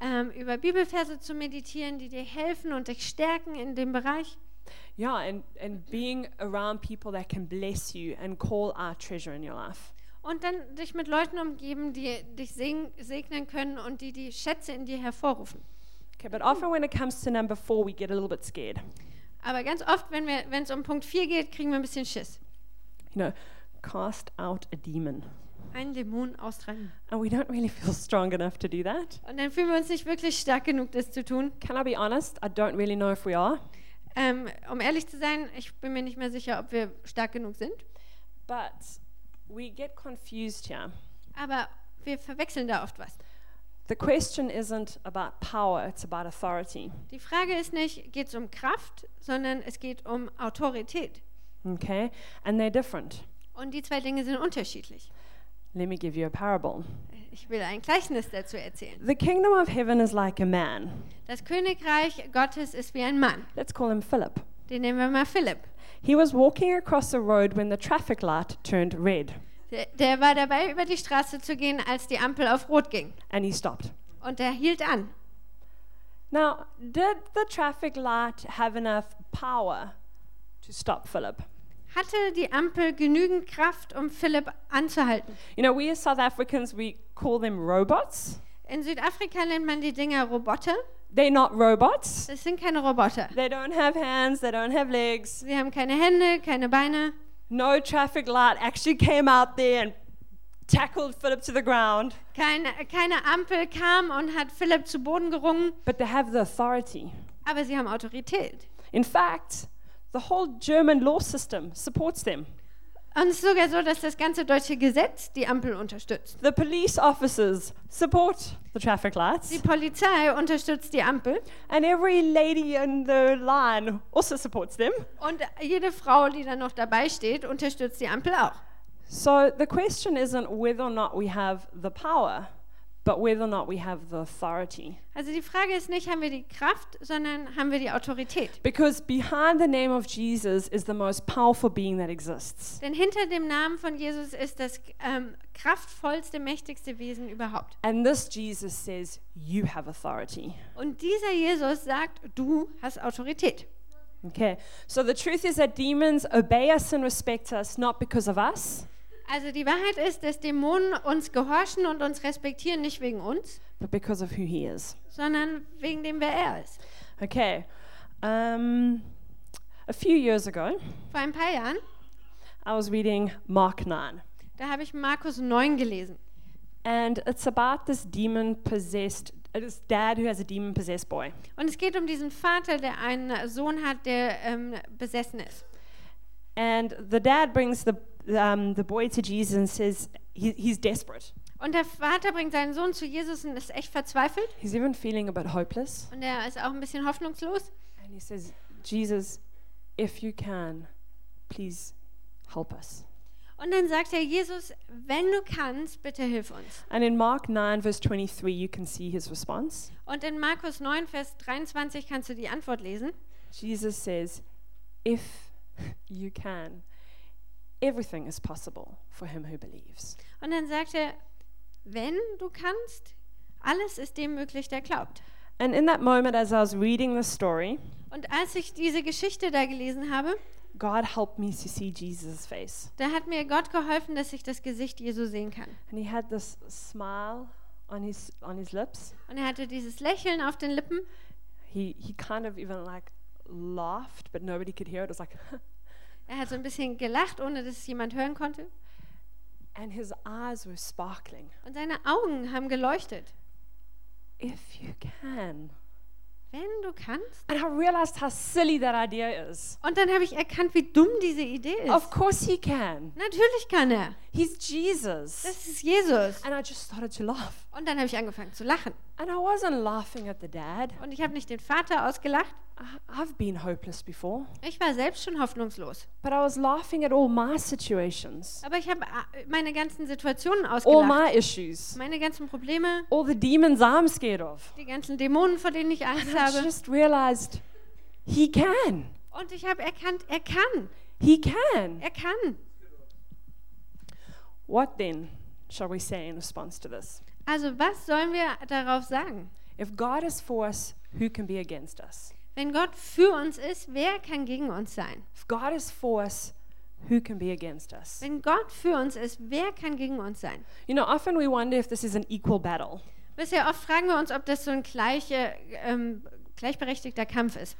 [SPEAKER 2] ähm, über Bibelverse zu meditieren, die dir helfen und dich stärken in dem Bereich.
[SPEAKER 1] yeah, and, and being around people that can bless you and call out treasure in your life.
[SPEAKER 2] Und dann dich mit Leuten umgeben, die dich seg- segnen können und die die Schätze in dir hervorrufen.
[SPEAKER 1] Okay, but often when it comes to number four, we get a little bit scared.
[SPEAKER 2] Aber ganz oft, wenn es um Punkt 4 geht, kriegen wir ein bisschen Schiss.
[SPEAKER 1] You know, cast out a demon.
[SPEAKER 2] Einen Dämon austreiben.
[SPEAKER 1] And we don't really feel strong enough to do that.
[SPEAKER 2] Und dann fühlen wir uns nicht wirklich stark genug, das zu tun.
[SPEAKER 1] Can I be honest? I don't really know if we are.
[SPEAKER 2] Ähm, um ehrlich zu sein, ich bin mir nicht mehr sicher, ob wir stark genug sind.
[SPEAKER 1] But we get confused here.
[SPEAKER 2] Aber wir verwechseln da oft was.
[SPEAKER 1] The question isn't about power, it's about authority.
[SPEAKER 2] Die Frage ist nicht, geht es um Kraft, sondern es geht um Autorität.
[SPEAKER 1] Okay? And they're different.
[SPEAKER 2] Und die zwei Dinge sind unterschiedlich.
[SPEAKER 1] Let me give you a parable.
[SPEAKER 2] Ich will ein Gleichnis dazu erzählen.
[SPEAKER 1] The kingdom of heaven is like a man.
[SPEAKER 2] Das Königreich Gottes ist wie ein Mann.
[SPEAKER 1] Let's call him Philip.
[SPEAKER 2] Den nennen wir mal Philipp.
[SPEAKER 1] He was walking across a road when the traffic light turned red
[SPEAKER 2] Der, der war dabei, über die Straße zu gehen, als die Ampel auf Rot ging.
[SPEAKER 1] and he stopped.
[SPEAKER 2] Und er hielt an.
[SPEAKER 1] Now, did the traffic light have enough power to stop Philip?
[SPEAKER 2] Hatte die Ampel genügend Kraft, um Philipp anzuhalten?
[SPEAKER 1] You know, we as South Africans, we call them robots.
[SPEAKER 2] In Südafrika nennt man die Dinger Roboter.
[SPEAKER 1] They're not robots.
[SPEAKER 2] Das sind keine Roboter.
[SPEAKER 1] They don't have hands, they don't have legs.
[SPEAKER 2] Sie haben keine Hände, keine Beine.
[SPEAKER 1] No traffic light actually came out there and tackled Philip to the ground.
[SPEAKER 2] Keine, keine Ampel kam und hat Philipp zu Boden gerungen,
[SPEAKER 1] But they have the authority.
[SPEAKER 2] aber sie haben Autorität.
[SPEAKER 1] In fact, the whole German law system supports them.
[SPEAKER 2] Und es ist sogar so, dass das ganze deutsche Gesetz die Ampel unterstützt.
[SPEAKER 1] The police officers support the traffic
[SPEAKER 2] Die
[SPEAKER 1] lights.
[SPEAKER 2] Polizei unterstützt die Ampel
[SPEAKER 1] And every lady in the line also supports them.
[SPEAKER 2] und jede Frau, die dann noch dabei steht, unterstützt die Ampel auch.
[SPEAKER 1] So the question isn't whether or not we have the power, but whether or not we have the authority.
[SPEAKER 2] Also die Frage ist nicht, haben wir die Kraft, sondern haben wir die Autorität.
[SPEAKER 1] Because behind the name of Jesus is the most powerful being that exists.
[SPEAKER 2] Denn hinter dem Namen von Jesus ist das ähm, kraftvollste, mächtigste Wesen überhaupt.
[SPEAKER 1] And this Jesus says, You have authority.
[SPEAKER 2] Und dieser Jesus sagt, du hast Autorität.
[SPEAKER 1] Okay, so the truth is that demons obey us and respect us not because of us,
[SPEAKER 2] Also die Wahrheit ist, dass Dämonen uns gehorchen und uns respektieren, nicht wegen uns,
[SPEAKER 1] but because of who he is.
[SPEAKER 2] sondern wegen dem, wer er ist.
[SPEAKER 1] Okay, um, a few years ago,
[SPEAKER 2] Vor ein paar Jahren,
[SPEAKER 1] I was reading Mark 9,
[SPEAKER 2] da habe ich Markus 9 gelesen.
[SPEAKER 1] and it's about this demon possessed, this dad who has a demon possessed boy.
[SPEAKER 2] Und es geht um diesen Vater, der einen Sohn hat, der ähm, besessen ist.
[SPEAKER 1] And the dad brings the, um, the boy to Jesus and says, he, He's desperate.
[SPEAKER 2] Und der Vater bringt seinen Sohn zu Jesus und ist echt verzweifelt.
[SPEAKER 1] He's even feeling a bit hopeless.
[SPEAKER 2] Und er ist auch ein bisschen hoffnungslos.
[SPEAKER 1] And he says, Jesus, if you can, please help us.
[SPEAKER 2] Und dann sagt er, Jesus, wenn du kannst, bitte hilf uns.
[SPEAKER 1] And in Mark 9, verse 23, you can see his response.
[SPEAKER 2] Und in Markus 9, Vers 23 kannst du die Antwort lesen.
[SPEAKER 1] Jesus says, If you can, everything is possible for him who believes.
[SPEAKER 2] Und dann sagt er, wenn du kannst, alles ist dem möglich, der glaubt.
[SPEAKER 1] And in that moment, as I was reading the story,
[SPEAKER 2] Und als ich diese Geschichte da gelesen habe,
[SPEAKER 1] God helped me to see Jesus' face.
[SPEAKER 2] da hat mir Gott geholfen, dass ich das Gesicht Jesu sehen kann.
[SPEAKER 1] And he had this smile on his, on his lips.
[SPEAKER 2] Und er hatte dieses Lächeln auf den Lippen.
[SPEAKER 1] He, he kind of even like laughed, but nobody could hear it. It was like,
[SPEAKER 2] Er hat so ein bisschen gelacht, ohne dass es jemand hören konnte.
[SPEAKER 1] and his eyes were sparkling.
[SPEAKER 2] Und seine Augen haben geleuchtet.
[SPEAKER 1] If you can.
[SPEAKER 2] Wenn du kannst.
[SPEAKER 1] And I realized how silly that idea is.
[SPEAKER 2] Und dann habe ich erkannt, wie dumm diese Idee ist.
[SPEAKER 1] Of course he can.
[SPEAKER 2] Natürlich kann er.
[SPEAKER 1] He's Jesus.
[SPEAKER 2] Das ist Jesus.
[SPEAKER 1] And I just started to laugh.
[SPEAKER 2] Und dann habe ich angefangen zu lachen.
[SPEAKER 1] And I wasn't laughing at the dad.
[SPEAKER 2] Und ich habe nicht den Vater ausgelacht.
[SPEAKER 1] I- I've been hopeless before,
[SPEAKER 2] Ich war selbst schon hoffnungslos.
[SPEAKER 1] but I was laughing at all my situations,
[SPEAKER 2] Aber ich habe äh, meine ganzen Situationen
[SPEAKER 1] all
[SPEAKER 2] ausgelacht.
[SPEAKER 1] my issues,
[SPEAKER 2] Meine ganzen Probleme,
[SPEAKER 1] all the demons I'm scared of.
[SPEAKER 2] die ganzen Dämonen, vor denen ich Angst
[SPEAKER 1] And I
[SPEAKER 2] habe.
[SPEAKER 1] just realized he can.
[SPEAKER 2] Und ich habe erkannt, er kann.
[SPEAKER 1] He can.
[SPEAKER 2] Er kann.
[SPEAKER 1] What then shall we say in response to this?
[SPEAKER 2] Also was sollen wir darauf sagen?
[SPEAKER 1] If God is for us, who can be against us?
[SPEAKER 2] Wenn Gott für uns ist, wer kann gegen uns sein?
[SPEAKER 1] If God is for us, who can be against us?
[SPEAKER 2] Wenn Gott für uns ist, wer kann gegen uns sein?
[SPEAKER 1] You know, often we wonder if this is an equal battle.
[SPEAKER 2] Wisst ihr, oft fragen wir uns, ob das so ein gleiche, ähm, gleichberechtigter Kampf ist.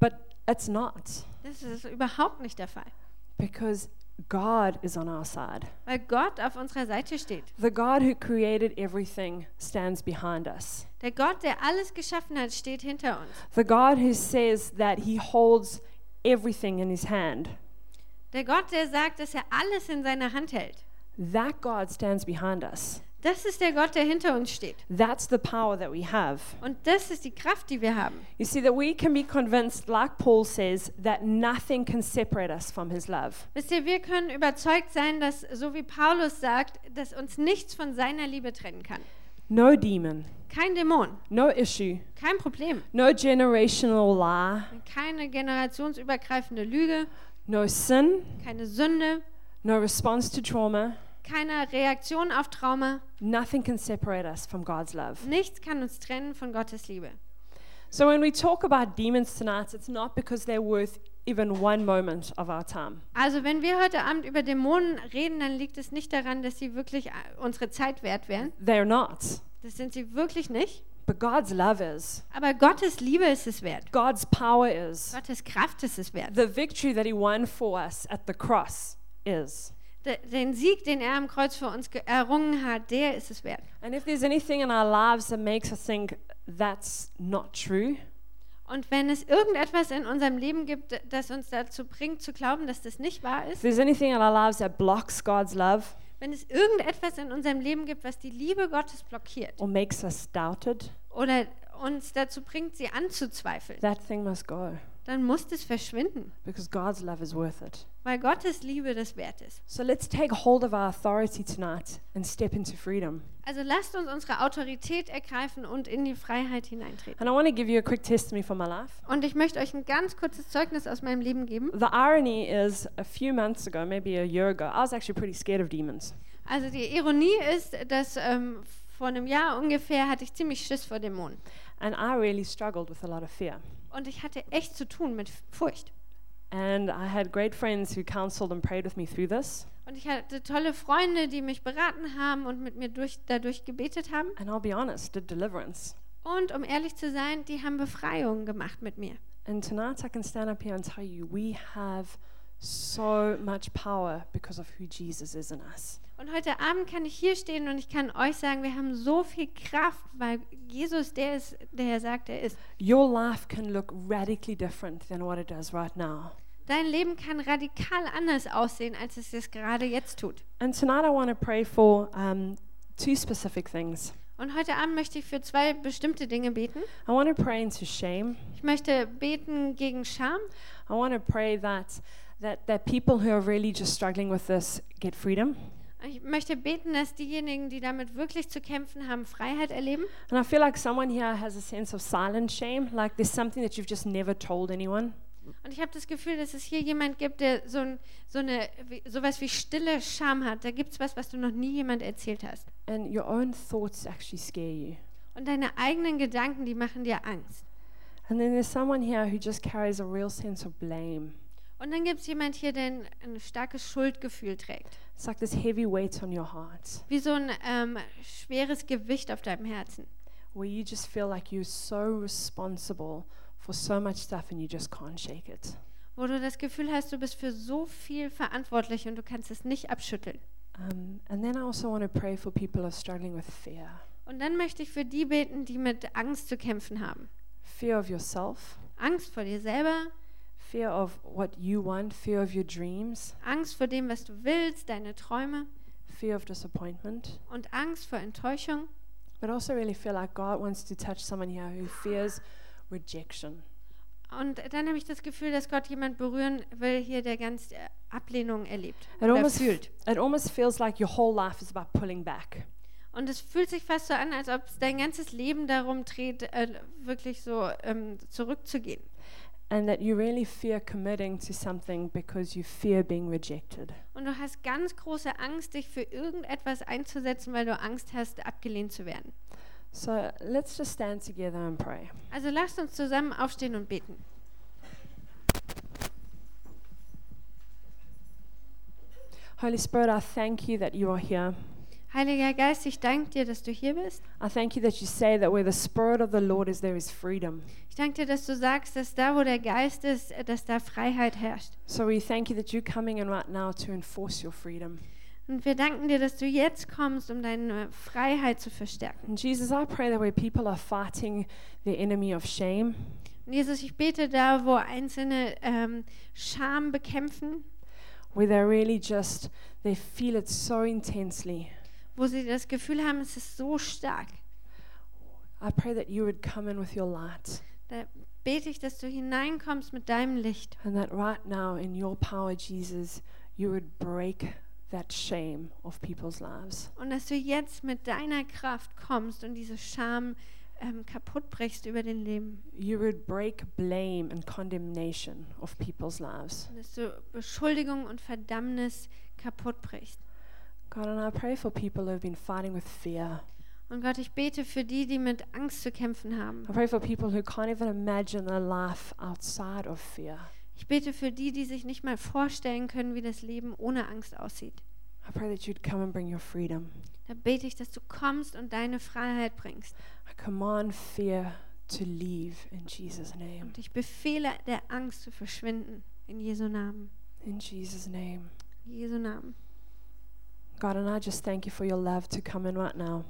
[SPEAKER 1] But it's not,
[SPEAKER 2] Das ist überhaupt nicht der Fall,
[SPEAKER 1] because God is on our side.
[SPEAKER 2] weil Gott auf unserer Seite steht.
[SPEAKER 1] The God who created everything stands behind us.
[SPEAKER 2] Der Gott, der alles geschaffen hat, steht hinter uns.
[SPEAKER 1] The God who says that he holds everything in his hand.
[SPEAKER 2] Der Gott, der sagt, dass er alles in seiner Hand hält.
[SPEAKER 1] That God stands behind us.
[SPEAKER 2] Das ist der Gott, der hinter uns steht.
[SPEAKER 1] That's the power that we have.
[SPEAKER 2] Und das ist die Kraft, die wir haben.
[SPEAKER 1] You see, that we can be convinced, like Paul says, that nothing can separate us from his love.
[SPEAKER 2] Wisst ihr, wir können überzeugt sein, dass, so wie Paulus sagt, dass uns nichts von seiner Liebe trennen kann.
[SPEAKER 1] No demon,
[SPEAKER 2] Kein Dämon,
[SPEAKER 1] no issue,
[SPEAKER 2] kein Problem,
[SPEAKER 1] no generational lie,
[SPEAKER 2] keine generationsübergreifende Lüge,
[SPEAKER 1] no sin,
[SPEAKER 2] keine Sünde,
[SPEAKER 1] no response to trauma.
[SPEAKER 2] keine Reaktion auf Trauma.
[SPEAKER 1] Nothing can separate us from God's love.
[SPEAKER 2] Nichts kann uns trennen von Gottes Liebe.
[SPEAKER 1] So when we talk about demons tonight, it's not because they're worth even one moment of our time.
[SPEAKER 2] Also wenn wir heute Abend über Dämonen reden, dann liegt es nicht daran, dass sie wirklich äh, unsere Zeit wert wären.
[SPEAKER 1] They're not.
[SPEAKER 2] Das sind sie wirklich nicht.
[SPEAKER 1] But God's love is.
[SPEAKER 2] Aber Gottes Liebe ist es wert.
[SPEAKER 1] God's power is.
[SPEAKER 2] Gottes Kraft ist es wert.
[SPEAKER 1] The victory that he won for us at the cross is.
[SPEAKER 2] De, den Sieg, den er am Kreuz für uns ge- errungen hat, der ist es wert.
[SPEAKER 1] And if there's anything in our lives that makes us think that's not true,
[SPEAKER 2] Und wenn es irgendetwas in unserem Leben gibt, das uns dazu bringt zu glauben, dass das nicht wahr
[SPEAKER 1] if
[SPEAKER 2] ist,
[SPEAKER 1] there's anything in our lives that blocks God's love
[SPEAKER 2] wenn es irgendetwas in unserem Leben gibt, was die Liebe Gottes blockiert
[SPEAKER 1] or makes us doubted,
[SPEAKER 2] oder uns dazu bringt, sie anzuzweifeln,
[SPEAKER 1] that thing must go
[SPEAKER 2] dann muss das verschwinden,
[SPEAKER 1] because God's love is worth it.
[SPEAKER 2] weil Gottes Liebe das wert ist.
[SPEAKER 1] So let's take hold of our authority tonight and step into freedom.
[SPEAKER 2] Also lasst uns unsere Autorität ergreifen und in die Freiheit hineintreten.
[SPEAKER 1] And I want to give you a quick testimony from my life.
[SPEAKER 2] Und ich möchte euch ein ganz kurzes Zeugnis aus meinem Leben geben.
[SPEAKER 1] The irony is, a few months ago, maybe a year ago, I was actually pretty scared of demons.
[SPEAKER 2] Also die Ironie ist, dass ähm, vor einem Jahr ungefähr hatte ich ziemlich Schiss vor Dämonen.
[SPEAKER 1] And I really struggled with a lot of fear.
[SPEAKER 2] Und ich hatte echt zu tun mit Furcht.
[SPEAKER 1] And I had great friends who counseled and prayed with me through this.
[SPEAKER 2] Und ich hatte tolle Freunde, die mich beraten haben und mit mir durch, dadurch gebetet haben.
[SPEAKER 1] And I'll be honest, did deliverance.
[SPEAKER 2] Und um ehrlich zu sein, die haben Befreiungen gemacht mit mir.
[SPEAKER 1] And tonight I can stand up here and tell you we have so much power because of who Jesus is in us.
[SPEAKER 2] Und heute Abend kann ich hier stehen und ich kann euch sagen, wir haben so viel Kraft, weil Jesus der ist, der er sagt, er ist.
[SPEAKER 1] Your life can look radically different than what it does right now.
[SPEAKER 2] Dein Leben kann radikal anders aussehen, als es es gerade jetzt tut.
[SPEAKER 1] And tonight I want to pray for um, two specific things.
[SPEAKER 2] Und heute Abend möchte ich für zwei bestimmte Dinge beten.
[SPEAKER 1] I want to pray into shame.
[SPEAKER 2] Ich möchte beten gegen Scham.
[SPEAKER 1] I want to pray that that, that people who are really just struggling with this get freedom.
[SPEAKER 2] Ich möchte beten, dass diejenigen, die damit wirklich zu kämpfen haben, Freiheit erleben.
[SPEAKER 1] And I feel like someone here has a sense of silent shame, like there's something that you've just never told anyone.
[SPEAKER 2] Und ich habe das Gefühl, dass es hier jemand gibt, der so, ein, so eine, wie- sowas wie stille Scham hat. Da gibt es was, was du noch nie jemand erzählt hast.
[SPEAKER 1] And your own thoughts actually scare you.
[SPEAKER 2] Und deine eigenen Gedanken, die machen dir Angst.
[SPEAKER 1] And then there's someone here who just carries a real sense of blame.
[SPEAKER 2] Und dann gibt es jemand hier, der ein, ein starkes Schuldgefühl trägt.
[SPEAKER 1] It's like this heavy weight on your heart
[SPEAKER 2] Wie so ein ähm, schweres Gewicht auf deinem Herzen.
[SPEAKER 1] where you just feel like you're so responsible for so much stuff and you just can't shake it.
[SPEAKER 2] Wo du das Gefühl hast, du bist für so viel verantwortlich und du kannst es nicht abschütteln.
[SPEAKER 1] Um, and then I also want to pray for people who are struggling with fear
[SPEAKER 2] Und dann möchte ich für die beten, die mit Angst zu kämpfen haben.
[SPEAKER 1] fear of yourself,
[SPEAKER 2] Angst vor dir selber,
[SPEAKER 1] fear of what you want, fear of your dreams,
[SPEAKER 2] Angst vor dem, was du willst, deine Träume
[SPEAKER 1] fear of disappointment.
[SPEAKER 2] und Angst vor Enttäuschung.
[SPEAKER 1] But I also really feel like God wants to touch someone here who fears rejection.
[SPEAKER 2] Und dann habe ich das Gefühl, dass Gott jemand berühren will hier, der ganz äh, Ablehnung erlebt
[SPEAKER 1] It
[SPEAKER 2] oder
[SPEAKER 1] almost,
[SPEAKER 2] fühlt.
[SPEAKER 1] it almost feels like your whole life is about pulling back.
[SPEAKER 2] Und es fühlt sich fast so an, als ob dein ganzes Leben darum dreht, äh, wirklich so ähm, zurückzugehen.
[SPEAKER 1] and that you really fear committing to something because you fear being rejected.
[SPEAKER 2] Und du hast ganz große Angst, dich für irgendetwas einzusetzen, weil du Angst hast, abgelehnt zu werden.
[SPEAKER 1] So let's just stand together and pray.
[SPEAKER 2] Also lasst uns zusammen aufstehen und beten.
[SPEAKER 1] Holy Spirit, I thank you that you are here.
[SPEAKER 2] Heiliger Geist, ich danke dir, dass du hier bist.
[SPEAKER 1] I thank you that you say that where the Spirit of the Lord is, there is freedom.
[SPEAKER 2] Ich danke dir, dass du sagst, dass da, wo der Geist ist, äh, dass da Freiheit herrscht.
[SPEAKER 1] So we thank you that you're coming in right now to enforce your freedom.
[SPEAKER 2] Und wir danken dir, dass du jetzt kommst, um deine Freiheit zu verstärken.
[SPEAKER 1] And Jesus, I pray that where people are fighting the enemy of shame,
[SPEAKER 2] Und Jesus, ich bete da, wo Einzelne ähm, Scham bekämpfen,
[SPEAKER 1] where they really just they feel it so intensely.
[SPEAKER 2] wo sie das Gefühl haben, es ist so stark.
[SPEAKER 1] I pray that you would come in with your light.
[SPEAKER 2] Da bete ich, dass du hineinkommst mit deinem Licht.
[SPEAKER 1] And that right now, in your power, Jesus, you would break that shame of people's lives.
[SPEAKER 2] Und dass du jetzt mit deiner Kraft kommst und diese Scham ähm, kaputt brichst über den Leben.
[SPEAKER 1] You would break blame and condemnation of people's lives.
[SPEAKER 2] Und dass du Beschuldigung und Verdammnis kaputt brichst.
[SPEAKER 1] God, and I pray for people who have been fighting with fear.
[SPEAKER 2] Und Gott, ich bete für die, die mit Angst zu kämpfen haben.
[SPEAKER 1] I pray for people who can't even imagine a life outside of fear.
[SPEAKER 2] Ich bete für die, die sich nicht mal vorstellen können, wie das Leben ohne Angst aussieht.
[SPEAKER 1] I pray that you'd come and bring your freedom.
[SPEAKER 2] Da bete ich, dass du kommst und deine Freiheit bringst.
[SPEAKER 1] I command fear to leave in Jesus' name.
[SPEAKER 2] Und ich befehle der Angst zu verschwinden. In Jesu Namen.
[SPEAKER 1] In Jesus' name.
[SPEAKER 2] In Jesu Namen.
[SPEAKER 1] God, and I just thank you for your love to come in right now.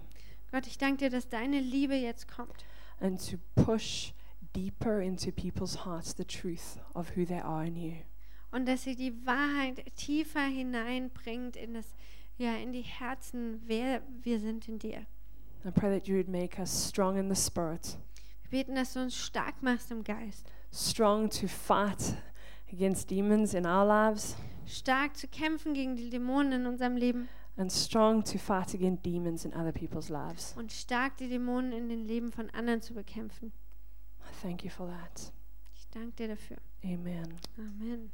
[SPEAKER 2] Gott, ich danke dir, dass deine Liebe jetzt kommt.
[SPEAKER 1] and to push deeper into people's hearts the truth of who they are in you.
[SPEAKER 2] Und dass sie die Wahrheit tiefer hineinbringt in das, ja, in die Herzen, wer wir sind in dir.
[SPEAKER 1] I pray that you would make us strong in the spirit,
[SPEAKER 2] Wir beten, dass du uns stark machst im Geist.
[SPEAKER 1] strong to fight against demons in our lives,
[SPEAKER 2] Stark zu kämpfen gegen die Dämonen in unserem Leben
[SPEAKER 1] and strong to fight against demons in other people's lives.
[SPEAKER 2] und stark die Dämonen in den Leben von anderen zu bekämpfen.
[SPEAKER 1] I thank you for that.
[SPEAKER 2] Ich danke dir dafür.
[SPEAKER 1] Amen.
[SPEAKER 2] Amen.